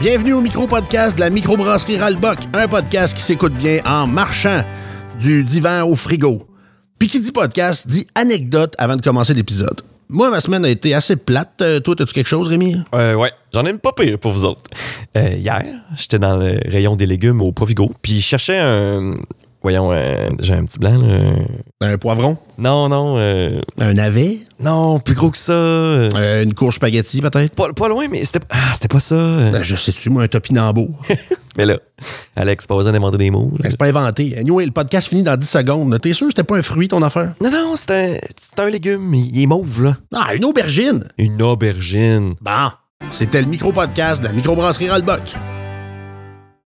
Bienvenue au micro-podcast de la microbrasserie Ralbock, un podcast qui s'écoute bien en marchant du divan au frigo. Puis qui dit podcast dit anecdote avant de commencer l'épisode. Moi, ma semaine a été assez plate. Euh, toi, as-tu quelque chose, Rémi? Euh, ouais, j'en aime pas pire pour vous autres. Euh, hier, j'étais dans le rayon des légumes au Provigo, puis je cherchais un. Voyons, euh, j'ai un petit blanc. là. Un poivron? Non, non, euh, Un navet? non, plus gros que ça. euh, Euh, une courge spaghetti, peut-être? Pas, pas loin, mais c'était ah, c'était pas ça. euh. Ben, je sais-tu, moi, un topinambour. Mais là, Alex, pas besoin d'inventer des mots. là. Ben, c'est pas inventé. Anyway, le podcast finit dans 10 secondes. T'es sûr que c'était pas un fruit, ton affaire? Non, non, c'est un, c'est un légume. Il est mauve, là. Ah, une aubergine! Une aubergine. Bon, c'était le micro-podcast de la microbrasserie Ralbock.